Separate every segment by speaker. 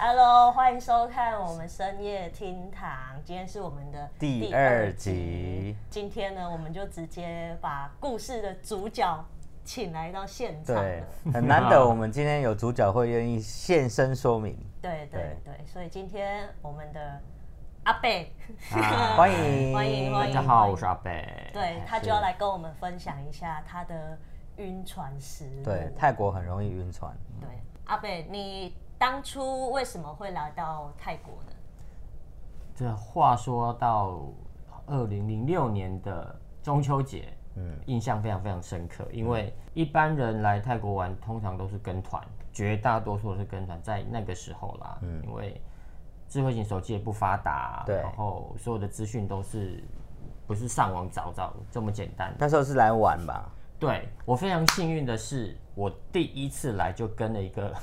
Speaker 1: Hello，欢迎收看我们深夜厅堂。今天是我们的
Speaker 2: 第二集。
Speaker 1: 今天呢，我们就直接把故事的主角请来到现场
Speaker 2: 对
Speaker 1: 了。，
Speaker 2: 很难得我们今天有主角会愿意现身说明，
Speaker 1: 对对对，所以今天我们的阿贝，
Speaker 3: 啊
Speaker 2: 欢迎
Speaker 1: 欢迎欢
Speaker 3: 大
Speaker 1: 迎
Speaker 3: 家好，我是阿北。
Speaker 1: 对他
Speaker 2: 是
Speaker 1: 就要来跟我们分享一下他的晕船史。
Speaker 2: 对，泰国很容易晕船。
Speaker 1: 对，阿贝，你当初为什么会来到泰国呢？
Speaker 3: 这话说到二零零六年的中秋节，嗯，印象非常非常深刻，因为一般人来泰国玩通常都是跟团，绝大多数都是跟团，在那个时候啦，嗯，因为智慧型手机也不发达，
Speaker 2: 对
Speaker 3: 然后所有的资讯都是不是上网找找这么简单，
Speaker 2: 那时候是来玩 吧？
Speaker 3: 对我非常幸运的是，我第一次来就跟了一个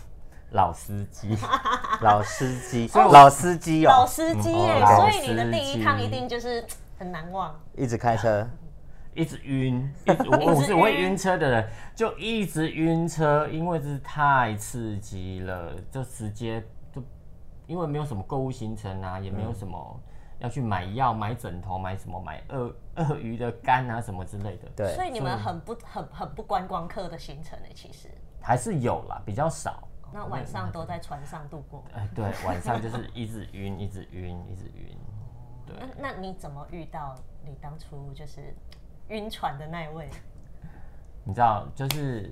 Speaker 3: 老司机。
Speaker 2: 老司机，老司机
Speaker 1: 老
Speaker 2: 哦，
Speaker 1: 司机耶，
Speaker 3: 哦
Speaker 1: 所以你的第
Speaker 3: 老司
Speaker 1: 一
Speaker 3: 机
Speaker 1: 趟一定就是嘖很难忘。
Speaker 2: 一直开车，
Speaker 3: 一直 晕，一直我我是我会晕车的人，就一直晕车，因为这是太刺激了，就直接就因为没有什么购物行程啊，也没有什么要去买药、买枕头、买什么、买鳄鳄鱼的肝啊什么之类的，
Speaker 2: 对
Speaker 1: 所以你们很不很很不观光客的行程呢，欸其实。
Speaker 3: 还是有啦，比较少。
Speaker 1: 那晚上都在船上度过。
Speaker 3: 哎，对， 晚上就是一直晕，一直晕，一直晕。对
Speaker 1: 那那你怎么遇到你当初就是晕船的那一位？
Speaker 3: 你知道，就是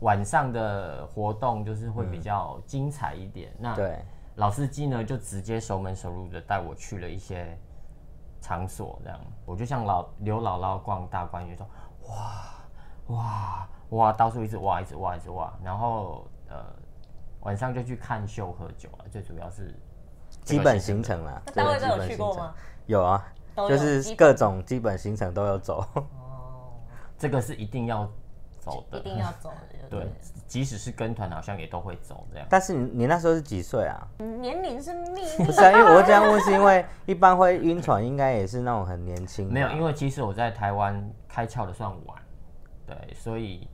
Speaker 3: 晚上的活动就是会比较精彩一点。那
Speaker 2: 对，
Speaker 3: 老司机呢，就直接熟门熟路的带我去了一些场所，这样我就像老刘姥姥逛大观园，说哇哇哇，到处一直哇，一直哇，一直哇，然后呃晚上就去看秀喝酒啊，最主要是
Speaker 2: 基本行程啦。
Speaker 1: 那
Speaker 2: 这
Speaker 1: 大
Speaker 2: 个
Speaker 1: 卫哥有去
Speaker 2: 基本行
Speaker 1: 过
Speaker 2: 程
Speaker 1: 吗？
Speaker 2: 有啊，
Speaker 1: 都
Speaker 2: 就
Speaker 1: 有
Speaker 2: 是
Speaker 1: 基
Speaker 2: 各种基本行程都有走。
Speaker 1: 哦，
Speaker 3: 这个是一定要走
Speaker 1: 一
Speaker 3: 的，
Speaker 1: 定要走的。
Speaker 3: 对，即使是跟团，好像也都会走这样。
Speaker 2: 但是你你那时候是几岁啊？
Speaker 1: 对，嗯年龄是秘密。
Speaker 2: 不是啊，因为我这样问是因为一般会晕船，应该也是那种很年轻的。
Speaker 3: 没有，因为其实我在台湾开窍的算晚，对，所以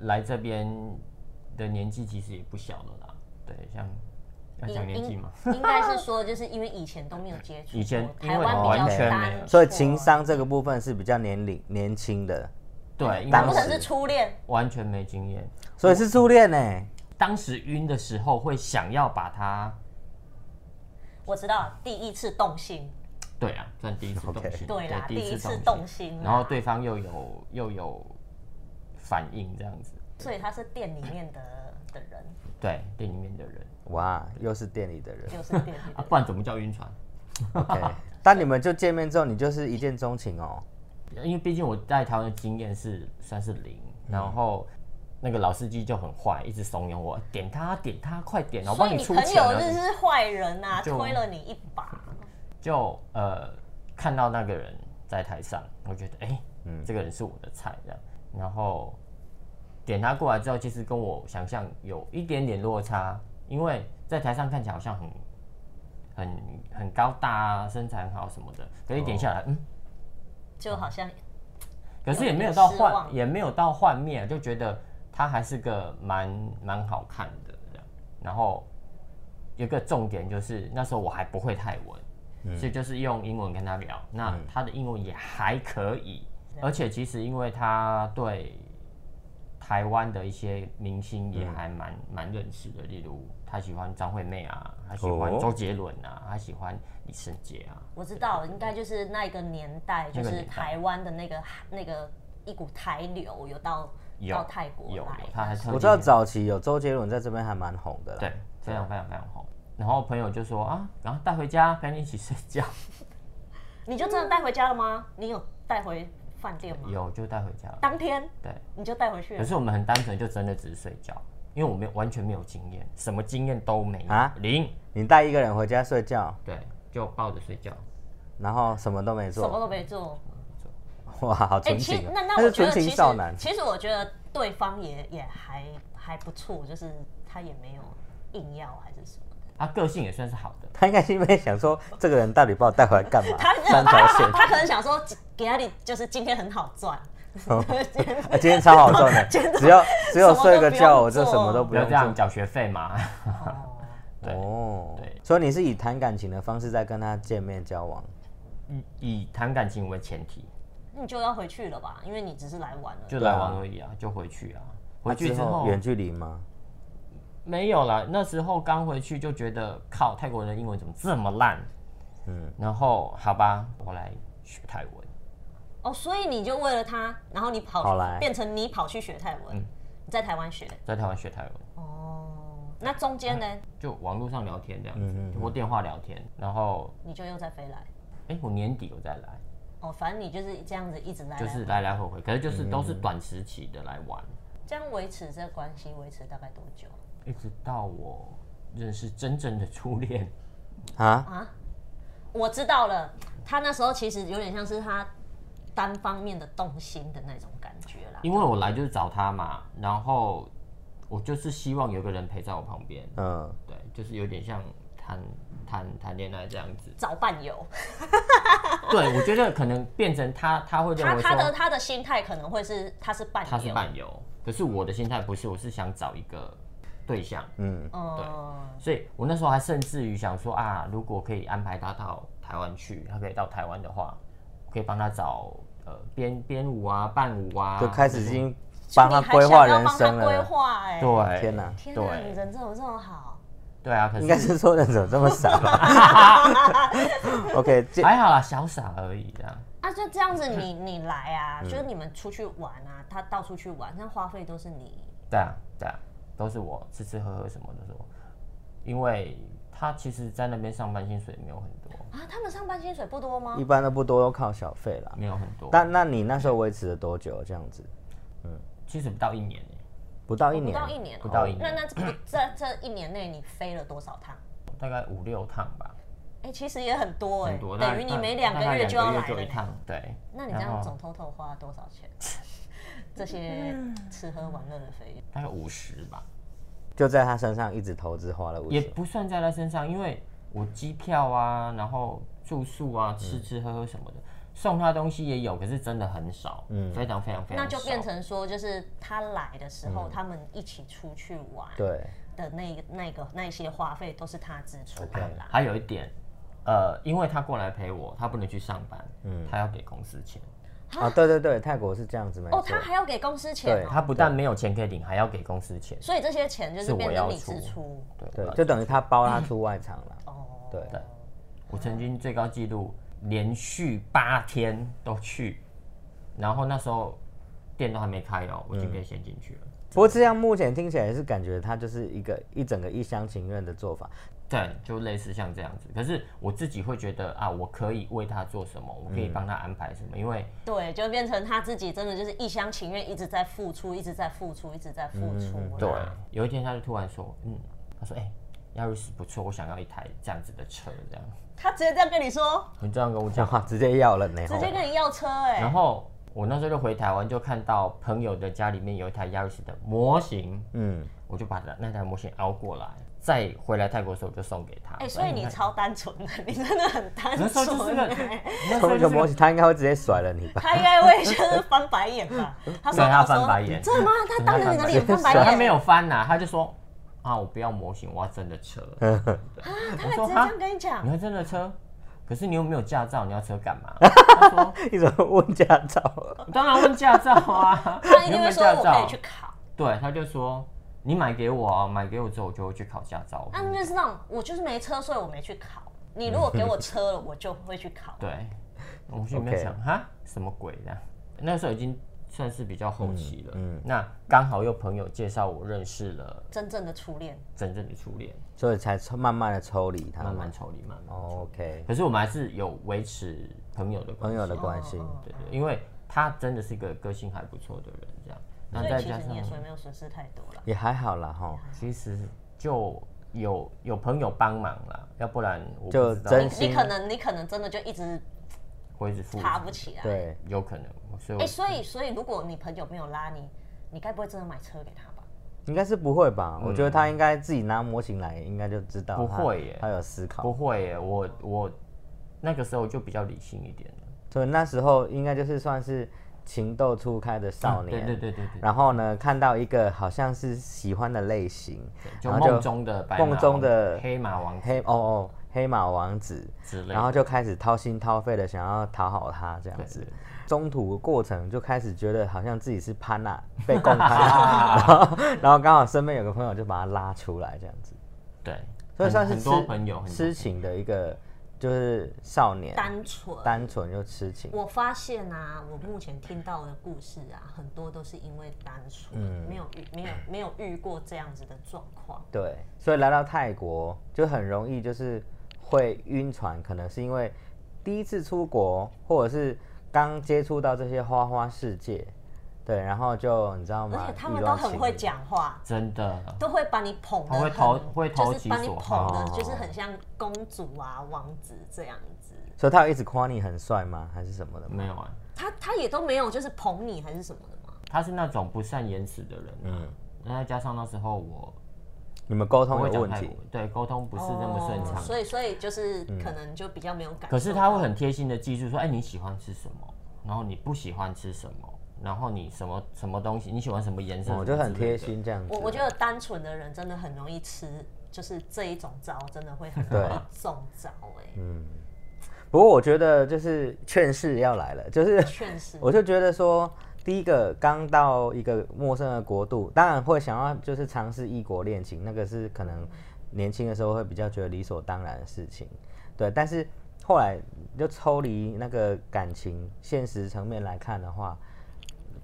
Speaker 3: 来这边的年纪其实也不小了啦。对，像要
Speaker 1: 嗯
Speaker 3: 讲年纪嘛，
Speaker 1: 应该是说，就是因为以前都没有接触过，
Speaker 3: 以前因为
Speaker 1: 台湾比较
Speaker 3: 完全
Speaker 1: 单
Speaker 3: 没有
Speaker 2: 所以情商这个部分是比较年龄年轻的，
Speaker 3: 对，因为
Speaker 2: 当
Speaker 1: 不
Speaker 3: 我
Speaker 1: 可
Speaker 2: 时
Speaker 1: 能是初恋，
Speaker 3: 完全没经验。
Speaker 2: 所以是初恋呢、
Speaker 3: 当时晕的时候会想要把它，
Speaker 1: 我知道第一次动心，
Speaker 3: 对啊，算第一次动
Speaker 2: OK
Speaker 3: 心，
Speaker 1: 对啦，第一次
Speaker 3: 心
Speaker 1: 动心，
Speaker 3: 然后，对方又有又有反应这样子，
Speaker 1: 所以他是店里面的的人，
Speaker 3: 对，店里面的人
Speaker 2: 哇，又是店里 的人。
Speaker 1: 就是店里
Speaker 3: 啊
Speaker 1: 的，
Speaker 3: 不然怎么叫晕船？
Speaker 2: OK，但你们就见面之后，你就是一见钟情哦。
Speaker 3: 因为毕竟我在台湾的经验是算是零，然后那个老司机就很坏，一直怂恿我点他点他快点，我
Speaker 1: 所
Speaker 3: 帮
Speaker 1: 以
Speaker 3: 你
Speaker 1: 你
Speaker 3: 出
Speaker 1: 朋
Speaker 3: 钱
Speaker 1: 友
Speaker 3: 啊
Speaker 1: 真是坏人啊，
Speaker 3: 就
Speaker 1: 推了你一把。
Speaker 3: 就呃看到那个人在台上，我觉得哎、这个人是我的菜这样，然后点他过来之后，其实跟我想象有一点点落差，因为在台上看起来好像很很很高大啊，身材很好什么的，可是一点下来，嗯，
Speaker 1: 就好像
Speaker 3: 可是也没有到
Speaker 1: 有点失望
Speaker 3: 幻，也没有到幻灭，就觉得他还是个蛮蛮好看的这样。然后有一个重点就是那时候我还不会泰文，
Speaker 2: 嗯
Speaker 3: 所以就是用英文跟他聊，那他的英文也还可以，
Speaker 1: 嗯
Speaker 3: 而且其实因为他对台湾的一些明星也还蛮蛮、认识的，例如他喜欢张惠妹啊，他喜欢
Speaker 2: 哦
Speaker 3: 周杰伦啊，他喜欢李圣杰啊，
Speaker 1: 我知道，应该就是那个年代，就
Speaker 3: 那个
Speaker 1: 是
Speaker 3: 年代
Speaker 1: 台湾的那个那个一股台流有到
Speaker 3: 有
Speaker 1: 到泰国
Speaker 3: 有有
Speaker 1: 来，
Speaker 3: 他还特
Speaker 2: 我
Speaker 3: 地
Speaker 2: 知道早期有周杰伦在这边还蛮红的啦。
Speaker 3: 对，非常非常非常红。然后朋友就说啊，然后带回家陪你一起睡觉，
Speaker 1: 你就真的带回家了吗？你有带回饭店吗？
Speaker 3: 有就带回家了。
Speaker 1: 当天
Speaker 3: 嗯对，
Speaker 1: 你就带回去
Speaker 3: 可
Speaker 1: 了，
Speaker 3: 是我们很单纯，就真的只是睡觉，因为我没有完全没有经验，什么经验都没有，
Speaker 2: 啊
Speaker 3: 零。
Speaker 2: 你带一个人回家睡觉，
Speaker 3: 对，就抱着睡觉。
Speaker 2: 然后什么都没
Speaker 1: 什么
Speaker 2: 做，
Speaker 1: 都没做。
Speaker 2: 哇，好
Speaker 1: 哎、
Speaker 2: 纯
Speaker 1: 其
Speaker 3: 啊
Speaker 2: 情
Speaker 1: 实
Speaker 2: 哦、
Speaker 1: 那那我
Speaker 2: 他是
Speaker 1: 觉
Speaker 2: 纯
Speaker 1: 得其
Speaker 2: 情
Speaker 1: 实
Speaker 2: 少男。
Speaker 1: 其实我觉得对方也也还还不错，就是他也没有硬要还是什么的，
Speaker 3: 他、啊个性也算是好的，
Speaker 2: 他应该是因为想说，这个人到底把我带回来干 嘛？
Speaker 1: 他
Speaker 2: 三条线，
Speaker 1: 他可能想说给他你就是今天很好赚，
Speaker 2: 啊今天超好赚的，只要只有睡个觉，我就
Speaker 1: 什
Speaker 2: 什
Speaker 1: 么
Speaker 2: 么
Speaker 1: 都
Speaker 2: 都
Speaker 3: 不
Speaker 2: 不
Speaker 3: 要
Speaker 2: 用
Speaker 3: 这
Speaker 2: 做
Speaker 3: 样。缴学费嘛。对，
Speaker 2: 哦所以你是以谈感情的方式在跟他见面交往，
Speaker 3: 以以谈感情为前提，
Speaker 1: 你就要回去了吧？因为你只是来玩而已。
Speaker 3: 就来往而已啊，就回去啊。回去之
Speaker 2: 那
Speaker 3: 后
Speaker 2: 远距离吗？
Speaker 3: 没有啦，那时候刚回去就觉得靠，泰国人的英文怎么这么烂？嗯，然后好吧，我来学泰文。
Speaker 1: 哦，所以你就为了他，然后你跑
Speaker 2: 跑来嗯
Speaker 1: 变成你跑去学泰文，你在台湾学。
Speaker 3: 在台湾学泰文，
Speaker 1: 哦，那中间
Speaker 2: 嗯
Speaker 1: 呢，
Speaker 3: 就网络上聊天这样子，或电话聊天。然后，
Speaker 1: 你就又再飞来。
Speaker 3: 哎、我年底我再来，
Speaker 1: 哦，反正你就是这样子一直来来，
Speaker 3: 就是来来回回，可是就是都是短时期的来玩，
Speaker 1: 这样维持这关系维持大概多久
Speaker 3: 一直到我认识真正的初恋。
Speaker 2: 啊，
Speaker 1: 啊？我知道了，他那时候其实有点像是他单方面的动心的那种感觉啦。
Speaker 3: 因为我来就是找他嘛，然后我就是希望有个人陪在我旁边，
Speaker 2: 嗯，
Speaker 3: 对，就是有点像谈谈谈恋爱这样 子。
Speaker 1: 找伴游，
Speaker 3: 对，我觉得可能变成他，他会认
Speaker 1: 他
Speaker 3: 为
Speaker 1: 他的
Speaker 3: 说
Speaker 1: 他的心态可能会是他是伴
Speaker 3: 他是
Speaker 1: 游，
Speaker 3: 伴游，可是我的心态不是，我是想找一个对象，
Speaker 1: 嗯，
Speaker 3: 所以我那时候还甚至于想说啊，如果可以安排他到台湾去，他可以到台湾的话，可以帮他找呃编编舞啊、伴舞啊，
Speaker 2: 就开始已经
Speaker 1: 所以
Speaker 2: 帮
Speaker 1: 你
Speaker 2: 他
Speaker 1: 还
Speaker 2: 规划
Speaker 1: 想要
Speaker 2: 人
Speaker 1: 帮他
Speaker 2: 生
Speaker 1: 规
Speaker 2: 了。
Speaker 1: 划哎，
Speaker 3: 对，
Speaker 2: 天哪，
Speaker 1: 天哪，
Speaker 3: 对
Speaker 1: 你人怎么这么好？
Speaker 3: 对啊，可
Speaker 2: 应该
Speaker 3: 是
Speaker 2: 是说人怎么这么傻吧？OK，这
Speaker 3: 还好啦，小傻而已这样。
Speaker 1: 啊，就这样子你，你来啊，就是你们出去玩啊，他到处去玩，那花费都是你。
Speaker 3: 对啊，对啊，都是我吃吃喝喝什么的说，因为他其实在那边上班薪水没有很多，
Speaker 1: 啊，他们上班薪水不多吗
Speaker 2: 一？般都不多，都靠小费啦。
Speaker 3: 没有很多，
Speaker 2: 但那你那时候维持了多久？这样子，
Speaker 3: 其实不到一年欸耶
Speaker 2: 不到一
Speaker 1: 不
Speaker 2: 年，
Speaker 1: 到一年、哦，
Speaker 3: 不到一年
Speaker 1: 那那这不这这一年内你飞了多少趟？
Speaker 3: 大概五六趟吧，
Speaker 1: 哎、其实也很多哎、
Speaker 3: 很多，
Speaker 1: 等于你每两个月就
Speaker 3: 就
Speaker 1: 要来
Speaker 3: 就
Speaker 1: 了
Speaker 3: 一
Speaker 1: 呢。
Speaker 3: 趟，对。
Speaker 1: 那你这样总偷偷花了多少钱？ 这些吃喝玩乐的费用，
Speaker 3: 大概五十吧，
Speaker 2: 就在他身上一直投资花了五
Speaker 3: 也
Speaker 2: 十。
Speaker 3: 不算在他身上，因为我机票啊，然后住宿啊，吃吃喝喝什么的，送他东西也有，可是真的很少，嗯，非常非常非常少。
Speaker 1: 那就变成说，就是他来的时
Speaker 3: 嗯
Speaker 1: 候，他们一起出去玩
Speaker 2: 对，
Speaker 1: 的那那个那些花费都是他支出的啦。
Speaker 3: 还有一点，呃，因为他过来陪我，他不能去上班，嗯，他要给公司钱，
Speaker 2: 啊，对对对，泰国是这样子，没
Speaker 1: 哦，
Speaker 2: 错。
Speaker 1: 他还要给公司钱
Speaker 3: 对
Speaker 1: 哦，
Speaker 3: 他不但没有钱可以领，还要给公司钱，
Speaker 1: 所以这些钱就是
Speaker 3: 是我
Speaker 1: 变成
Speaker 3: 要
Speaker 1: 你
Speaker 3: 出
Speaker 1: 支出。
Speaker 3: 对
Speaker 2: 对，就等于他包他出外场了。
Speaker 1: 啊哦，
Speaker 2: 对，
Speaker 3: 我曾经最高纪录连续八天都去，然后那时候店都还没开哦，我已经被陷进去了。
Speaker 2: 不过这样目前听起来是感觉他就是一个一整个一厢情愿的做法。
Speaker 3: 对，就类似像这样子。可是我自己会觉得啊，我可以为他做什么，我可以帮他安排什么，因为
Speaker 1: 对，就变成他自己真的就是一厢情愿，一直在付出，一直在付出，一直在付出。
Speaker 3: 嗯对，有一天他就突然说，嗯，他说，哎、亚瑞斯不错，我想要一台这样子的车，这样，
Speaker 1: 他直接这样跟你说，
Speaker 3: 你这样跟我讲。
Speaker 2: 哇，直接要了呢！
Speaker 1: 直接跟你要车、
Speaker 3: 然
Speaker 1: 哎，
Speaker 3: 后我那时候就回台湾，就看到朋友的家里面有一台亚瑞斯的模型，
Speaker 2: 嗯，
Speaker 3: 我就把那台模型凹过来，再回来泰国的时候我就送给他。
Speaker 1: 哎、所以你
Speaker 3: 看
Speaker 1: 超单纯的， 你真的很单
Speaker 3: 那时候就是
Speaker 1: 纯、
Speaker 3: 个
Speaker 1: 哎，
Speaker 3: 那时候
Speaker 2: 同一 个
Speaker 3: 就是
Speaker 2: 模型，他应该会直接甩了 你吧？
Speaker 1: 他应该会就是翻白眼吧？他说
Speaker 3: 对他
Speaker 1: 到时候
Speaker 3: 翻白眼
Speaker 1: 真的吗？他当着你的脸翻白
Speaker 3: 对他
Speaker 1: 眼，
Speaker 3: 没有翻呐、他就说啊，我不要模型，我要真的车。对
Speaker 1: 他
Speaker 3: 我
Speaker 1: 还直
Speaker 3: 说
Speaker 1: 接这
Speaker 3: 哈
Speaker 1: 样，跟你讲
Speaker 3: 你，要真的车，可是你又没有驾照，你要车干嘛？ 他说
Speaker 2: 一种问家照，
Speaker 3: 我当然问驾照 啊，
Speaker 1: 他一
Speaker 3: 你有
Speaker 1: 定会
Speaker 3: 没有
Speaker 1: 说
Speaker 3: 驾
Speaker 1: 我可
Speaker 3: 照
Speaker 1: 以去？考。
Speaker 3: 对，他就说你买给我啊，买给我之后我就会去考驾照。
Speaker 1: 那就是那种我就是没车，所以我没去考。你如果给我车了，我就会去考。
Speaker 3: 对，我心里面
Speaker 2: OK
Speaker 3: 想哈什么鬼的？那时候已经算是比较后期了，
Speaker 2: 嗯嗯
Speaker 3: 那刚好又朋友介绍我认识了
Speaker 1: 真正的初恋，
Speaker 3: 真正的初恋，
Speaker 2: 所以才抽慢慢的抽离他
Speaker 3: 慢
Speaker 2: 们。
Speaker 3: 慢抽离，慢慢。
Speaker 2: 哦 OK，
Speaker 3: 可是我们还是有维持朋友的
Speaker 2: 朋
Speaker 3: 关系
Speaker 2: 友的关系，
Speaker 1: 哦
Speaker 3: 对对，因为他真的是一个个性还不错的人，这样。那
Speaker 1: 所
Speaker 3: 再
Speaker 1: 以其
Speaker 3: 加
Speaker 1: 实
Speaker 3: 上
Speaker 1: 你也说没有损失太多了。
Speaker 2: 也还好啦哈。
Speaker 3: 其实就有有朋友帮忙啦，要不然我不
Speaker 2: 就
Speaker 3: 知道
Speaker 2: 真
Speaker 1: 你
Speaker 2: 心
Speaker 1: 可能你可能真的就一直
Speaker 3: 会一直付
Speaker 1: 爬不起来。
Speaker 2: 对，
Speaker 3: 有可能，所以
Speaker 1: 哎、
Speaker 3: 我
Speaker 1: 所以所以如果你朋友没有拉你，你该不会真的买车给他吧？
Speaker 2: 应该是不会吧？我觉得他应该自己拿模型来，应该就知道
Speaker 3: 嗯不
Speaker 2: 他
Speaker 3: 会耶
Speaker 2: 他有思考，
Speaker 3: 不会耶，我我那个时候就比较理性一点了。
Speaker 2: 所以那时候应该就是算是情窦初开的少
Speaker 3: 嗯
Speaker 2: 年，
Speaker 3: 对对对对对，
Speaker 2: 然后呢，看到一个好像是喜欢的类型，
Speaker 3: 就
Speaker 2: 然后就
Speaker 3: 梦中的白马
Speaker 2: 梦中的
Speaker 3: 王黑马王
Speaker 2: 黑哦哦黑马王子，
Speaker 3: 之类的，
Speaker 2: 然后就开始掏心掏肺的想要讨好他这样
Speaker 3: 对
Speaker 2: 子
Speaker 3: 对。
Speaker 2: 中途过程就开始觉得好像自己是潘娜被共潘 娜，然后然后刚好身边有个朋友就把他拉出来这样子，
Speaker 3: 对，
Speaker 2: 所以
Speaker 3: 很
Speaker 2: 算是
Speaker 3: 很多
Speaker 2: 痴
Speaker 3: 朋友，很多
Speaker 2: 痴情的一个就是少年
Speaker 1: 单纯。
Speaker 2: 单纯又痴情，
Speaker 1: 我发现啊，我目前听到的故事啊，很多都是因为单纯，
Speaker 3: 嗯
Speaker 1: 没有遇没有没有遇过这样子的状况。
Speaker 2: 对，所以来到泰国就很容易就是会晕船，可能是因为第一次出国，或者是刚接触到这些花花世界，对，然后就你知道
Speaker 1: 而
Speaker 2: 吗？
Speaker 1: 且他
Speaker 2: 遇
Speaker 1: 们
Speaker 2: 到
Speaker 1: 都很
Speaker 2: 情
Speaker 1: 会
Speaker 2: 侣，
Speaker 1: 讲话，
Speaker 3: 真的
Speaker 1: 都会把你捧的
Speaker 3: 他会
Speaker 1: 很，
Speaker 3: 投会投
Speaker 1: 就是
Speaker 3: 其
Speaker 1: 把你
Speaker 3: 所哦
Speaker 1: 捧的，
Speaker 2: 好
Speaker 1: 就是很像公主啊、王子这样子。
Speaker 2: 所以他有一直夸你很帅吗？还是什么的吗？
Speaker 3: 没有啊，
Speaker 1: 他他也都没有就是捧你还是什么的嘛。
Speaker 3: 他是那种不善言辞的人，
Speaker 2: 嗯
Speaker 3: 嗯，那再加上那时候我
Speaker 2: 你们沟
Speaker 3: 不
Speaker 2: 通
Speaker 3: 会
Speaker 2: 有
Speaker 3: 讲
Speaker 2: 问
Speaker 3: 泰
Speaker 2: 题
Speaker 3: 国，，对，沟通不是那么顺畅嗯
Speaker 1: 哦，所以所以就是可能就比较没有感受。
Speaker 3: 可是他会很贴心的记住说，哎、你喜欢吃什么，然后你不喜欢吃什么，然后你什么什么东西，你喜欢什么颜色，
Speaker 2: 我、
Speaker 3: 什
Speaker 2: 哦就
Speaker 3: 么
Speaker 2: 很
Speaker 3: 之类
Speaker 2: 贴
Speaker 3: 的。
Speaker 2: 心这样子。
Speaker 1: 我我觉得单纯的人真的很容易吃，就是这一种招真的会很容
Speaker 2: 对
Speaker 1: 易中招哎、
Speaker 3: 嗯
Speaker 2: 不过我觉得就是劝世要来 了，就是
Speaker 1: 确实，
Speaker 2: 我就觉得说，第一个刚到一个陌生的国度，当然会想要就是尝试异国恋情，那个是可能年轻的时候会比较觉得理所当然的事情，对。但是后来就抽离那个感情现实层面来看的话，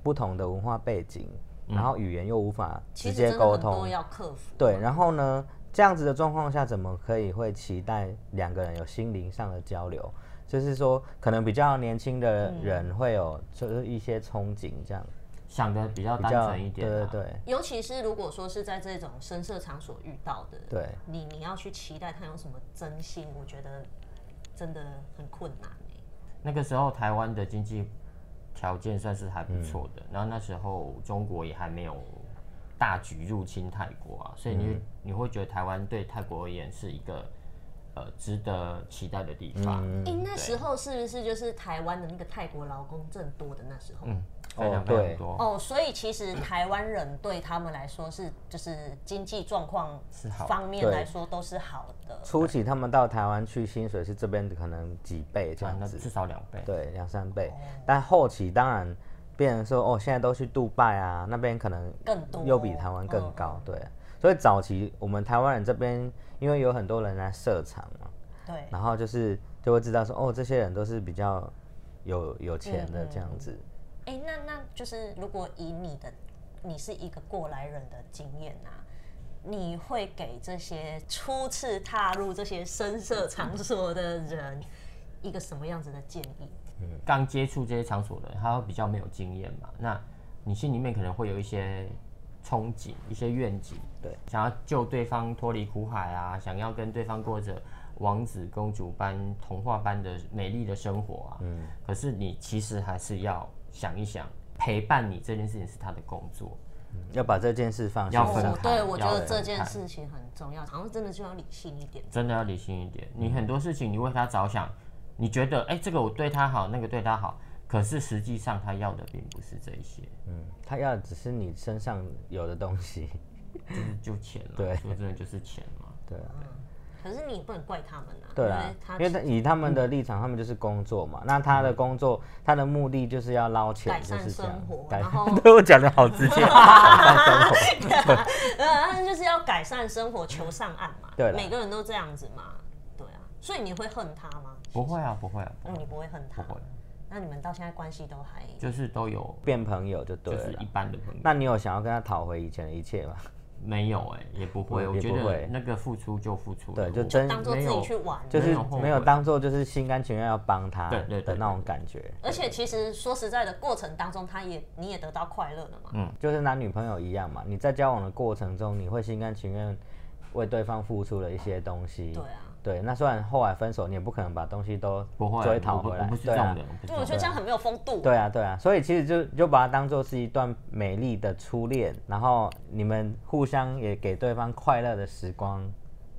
Speaker 2: 不同的文化背景，然后语言又无法
Speaker 1: 嗯其
Speaker 2: 直
Speaker 1: 实
Speaker 2: 接
Speaker 1: 真的
Speaker 2: 沟
Speaker 1: 很
Speaker 2: 通
Speaker 1: 多，要克服。
Speaker 2: 对。然后呢，这样子的状况下，怎么可以会期待两个人有心灵上的交流？就是说，可能比较年轻的人会有就是一些憧憬，这样
Speaker 3: 想的比较
Speaker 2: 比
Speaker 3: 单
Speaker 2: 较
Speaker 3: 纯一点、
Speaker 2: 对
Speaker 3: 啊，
Speaker 2: 对
Speaker 1: 尤其是如果说是在这种深色场所遇到的，
Speaker 2: 对
Speaker 1: 你你要去期待他有什么真心，我觉得真的很困难欸、
Speaker 3: 那个时候台湾的经济条件算是还不错
Speaker 2: 嗯
Speaker 3: 的，然后那时候中国也还没有大举入侵泰国啊，所以你、
Speaker 2: 嗯
Speaker 3: 你会觉得台湾对泰国而言是一个呃值得期待的地方，
Speaker 2: 嗯
Speaker 1: 哎、那时候是不是就是台湾的那个泰国劳工正多的那时候？
Speaker 3: 非
Speaker 2: 哦
Speaker 3: 常非
Speaker 2: 对
Speaker 3: 常多。
Speaker 1: 哦，所以其实台湾人对他们来说是就是经济状况
Speaker 3: 是好
Speaker 1: 方面
Speaker 2: 对
Speaker 1: 来说都是好的。
Speaker 2: 初期他们到台湾去，薪水是这边可能几倍这
Speaker 3: 啊
Speaker 2: 样
Speaker 3: 那
Speaker 2: 子，
Speaker 3: 至少两倍。
Speaker 2: 对，两三倍。但后期当然，变成说哦，现在都去杜拜啊，那边可能
Speaker 1: 更多嗯
Speaker 2: 又比台湾更高，
Speaker 3: 哦
Speaker 2: 对。所以早期我们台湾人这边，因为有很多人来设厂嘛，
Speaker 1: 对，
Speaker 2: 然后就是就会知道说，哦，这些人都是比较有有钱的这样子。
Speaker 1: 哎、那那就是如果以你的你是一个过来人的经验啊，你会给这些初次踏入这些深色场所的人一个什么样子的建议？
Speaker 3: 刚接触这些场所的人，他会比较没有经验嘛，那你心里面可能会有一些憧憬、一些愿景，
Speaker 2: 对，
Speaker 3: 想要救对方脱离苦海啊，想要跟对方过着王子公主般、童话般的美丽的生活啊。嗯，可是你其实还是要想一想，陪伴你这件事情是他的工作，
Speaker 2: 要把这件事放下
Speaker 3: 嗯要分
Speaker 1: 哦
Speaker 3: 开，
Speaker 1: 对，我觉
Speaker 3: 要
Speaker 1: 得
Speaker 3: 分
Speaker 1: 这件
Speaker 3: 开
Speaker 1: 事情很重要，好像真的就要理性一点。
Speaker 3: 真的要理性一点。你很多事情你为他着想，你觉得哎、这个我对他好，那个对他好，可是实际上他要的并不是这一些。
Speaker 2: 嗯，他要的只是你身上有的东 西。
Speaker 3: 就是就钱了，
Speaker 2: 对
Speaker 3: 说真的就是钱 嘛。
Speaker 2: 对啊，
Speaker 1: 可是你也不能怪他们啊，
Speaker 2: 对
Speaker 1: 因
Speaker 2: 啊
Speaker 1: 为他，
Speaker 2: 因为 他以他们的立场，他们就是工作嘛。那他的工作，他的目的就是要捞钱，
Speaker 1: 改
Speaker 2: 就
Speaker 1: 善
Speaker 2: 是这
Speaker 1: 生
Speaker 2: 样
Speaker 1: 活。
Speaker 2: 改
Speaker 1: 然后
Speaker 2: 对我讲的好直接，改善生活。
Speaker 1: 呃，他们就是要改善生活，求上岸嘛。
Speaker 2: 对啦
Speaker 1: 每个人都这样子嘛。对啊，所以你会恨他吗？
Speaker 3: 不会啊，不会啊，
Speaker 1: 嗯，你不会恨他。
Speaker 3: 不会
Speaker 1: 那你们到现在关系都还
Speaker 3: 就是都有，
Speaker 2: 变朋友就对
Speaker 3: 就
Speaker 2: 了
Speaker 3: 是
Speaker 2: 啦。
Speaker 3: 一般的朋友。
Speaker 2: 那你有想要跟他讨回以前的一切吗？
Speaker 3: 没有哎、也不
Speaker 2: 嗯
Speaker 3: 会，
Speaker 2: 也
Speaker 3: 我觉
Speaker 2: 不会
Speaker 3: 得那个付出就付出了，
Speaker 2: 对，就
Speaker 3: 我
Speaker 2: 真
Speaker 1: 当做自己去玩？
Speaker 2: 就
Speaker 3: 没
Speaker 2: 是
Speaker 3: 有后
Speaker 2: 没有
Speaker 3: 悔啊
Speaker 2: 当做就是心甘情愿要帮他
Speaker 3: 对对对
Speaker 2: 的那种感觉，
Speaker 1: 而且其实说实在的，过程当中他也你也得到快乐了嘛。
Speaker 2: 就是男女朋友一样嘛。你在交往的过程中，你会心甘情愿为对方付出了一些东西。
Speaker 1: 对啊，
Speaker 2: 对，那虽然后来分手，你也不可能把东西都
Speaker 3: 不会，
Speaker 2: 追
Speaker 3: 我
Speaker 2: 讨
Speaker 3: 不
Speaker 2: 回来
Speaker 3: 我不。是
Speaker 2: 对
Speaker 3: 这种
Speaker 2: 啊
Speaker 3: 人，，我不是
Speaker 1: 对，
Speaker 3: 这
Speaker 1: 我
Speaker 3: 种
Speaker 1: 觉得
Speaker 3: 人。
Speaker 1: 这样很没有风度。
Speaker 2: 对啊，对啊。所以其实就就把它当做是一段美丽的初恋，然后你们互相也给对方快乐的时光。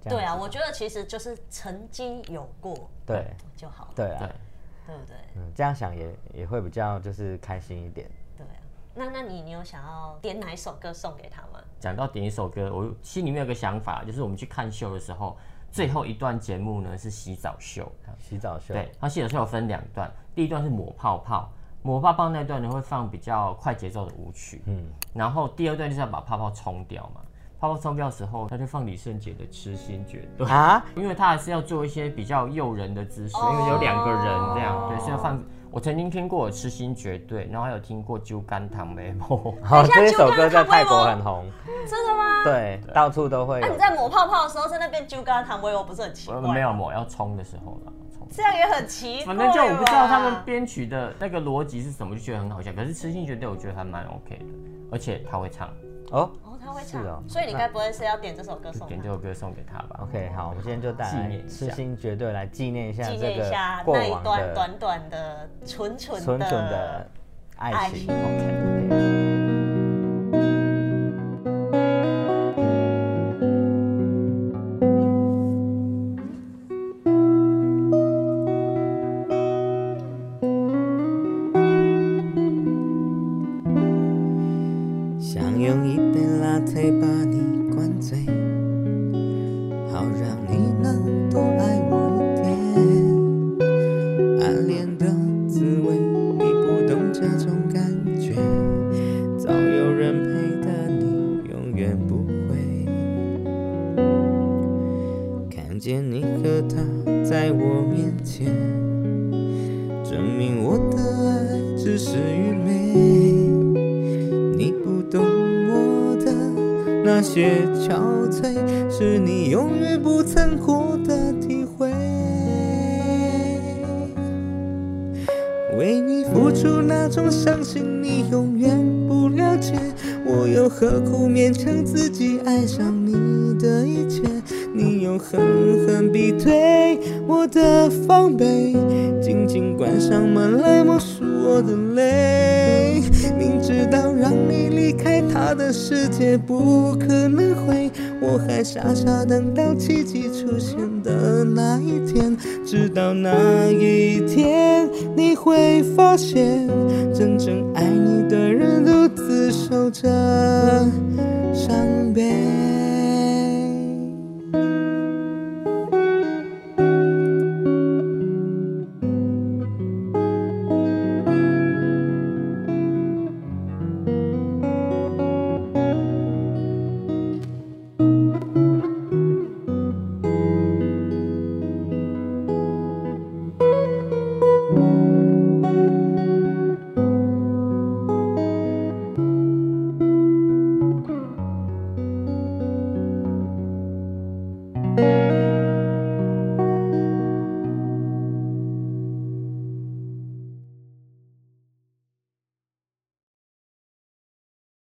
Speaker 2: 这样
Speaker 1: 对啊，
Speaker 2: 子
Speaker 1: 我觉得其实就是曾经有过
Speaker 2: 对
Speaker 1: 就好了。
Speaker 2: 对啊
Speaker 3: 对。
Speaker 1: 对不对？
Speaker 2: 嗯，这样想也也会比较就是开心一点。
Speaker 1: 对啊。那那你你有想要点哪一首歌送给他吗？
Speaker 3: 讲到点一首歌，我心里面有个想法，就是我们去看秀的时候，最后一段节目呢是洗澡秀。
Speaker 2: 洗澡秀，
Speaker 3: 对，它洗澡秀有分两段，第一段是抹泡泡，抹泡泡那段呢会放比较快节奏的舞曲，嗯，然后第二段就是要把泡泡冲掉嘛。泡泡冲掉的时候，他就放李圣杰的《痴心绝对》
Speaker 2: 啊，
Speaker 3: 因为他还是要做一些比较诱人的姿势，
Speaker 1: 哦
Speaker 3: 因为有两个人这样，对，所以要放。我曾经听过《痴心绝对》，然后还有听过《酒干倘卖 无》，
Speaker 2: 好，
Speaker 1: 等一下
Speaker 2: 哦这一首
Speaker 1: 就
Speaker 2: 歌
Speaker 1: 看
Speaker 2: 在
Speaker 1: 看
Speaker 2: 泰
Speaker 1: 微
Speaker 2: 国
Speaker 1: 博
Speaker 2: 很红，
Speaker 1: 真的吗？
Speaker 2: 对，到处都会
Speaker 1: 那哦啊你
Speaker 2: 有。
Speaker 1: 在抹泡泡的时候，在那边揪干糖，我有不是很奇怪？
Speaker 3: 我呃没有，抹，要冲的时候啦，冲。
Speaker 1: 这样也很奇怪吧。
Speaker 3: 反正就我不知道他们编曲的那个逻辑是什么，就觉得很好笑。可是《痴心绝对》我觉得还蛮 OK 的，而且他会唱，
Speaker 2: 哦
Speaker 1: 哦，他会唱，
Speaker 2: 是哦
Speaker 1: 所以你该不会是要点这首歌送他
Speaker 3: 点这首歌送给他吧。
Speaker 2: ，OK，好，我们今天就带
Speaker 3: 纪
Speaker 2: 来
Speaker 3: 念一下
Speaker 2: 痴心绝对来纪念一下
Speaker 1: 纪
Speaker 2: 这
Speaker 1: 念一
Speaker 2: 个
Speaker 1: 下
Speaker 2: 过
Speaker 1: 那一
Speaker 2: 往
Speaker 1: 段
Speaker 2: 的
Speaker 1: 短短的、纯纯的、
Speaker 2: 纯纯的爱
Speaker 1: 爱情。
Speaker 2: 情 OK。
Speaker 4: 想用一杯拉推把你灌醉，好让你能多爱我一点。暗恋的滋味，你不懂这种感觉，早有人陪的你永远不会。看见你和他在我面前，证明我的爱只是愚昧。你不懂我的那些憔悴，是你永远不曾获得体会。为你付出那种伤心，你永远不了解。我又何苦勉强自己爱上你的一切？你又狠狠逼退我的防备，紧紧关上门来默数我的泪。明知道让你离开他的世界不可能会，我还傻傻等到奇迹出现的那一天。直到那一天，你会发现，真正爱你的人都自受着伤悲。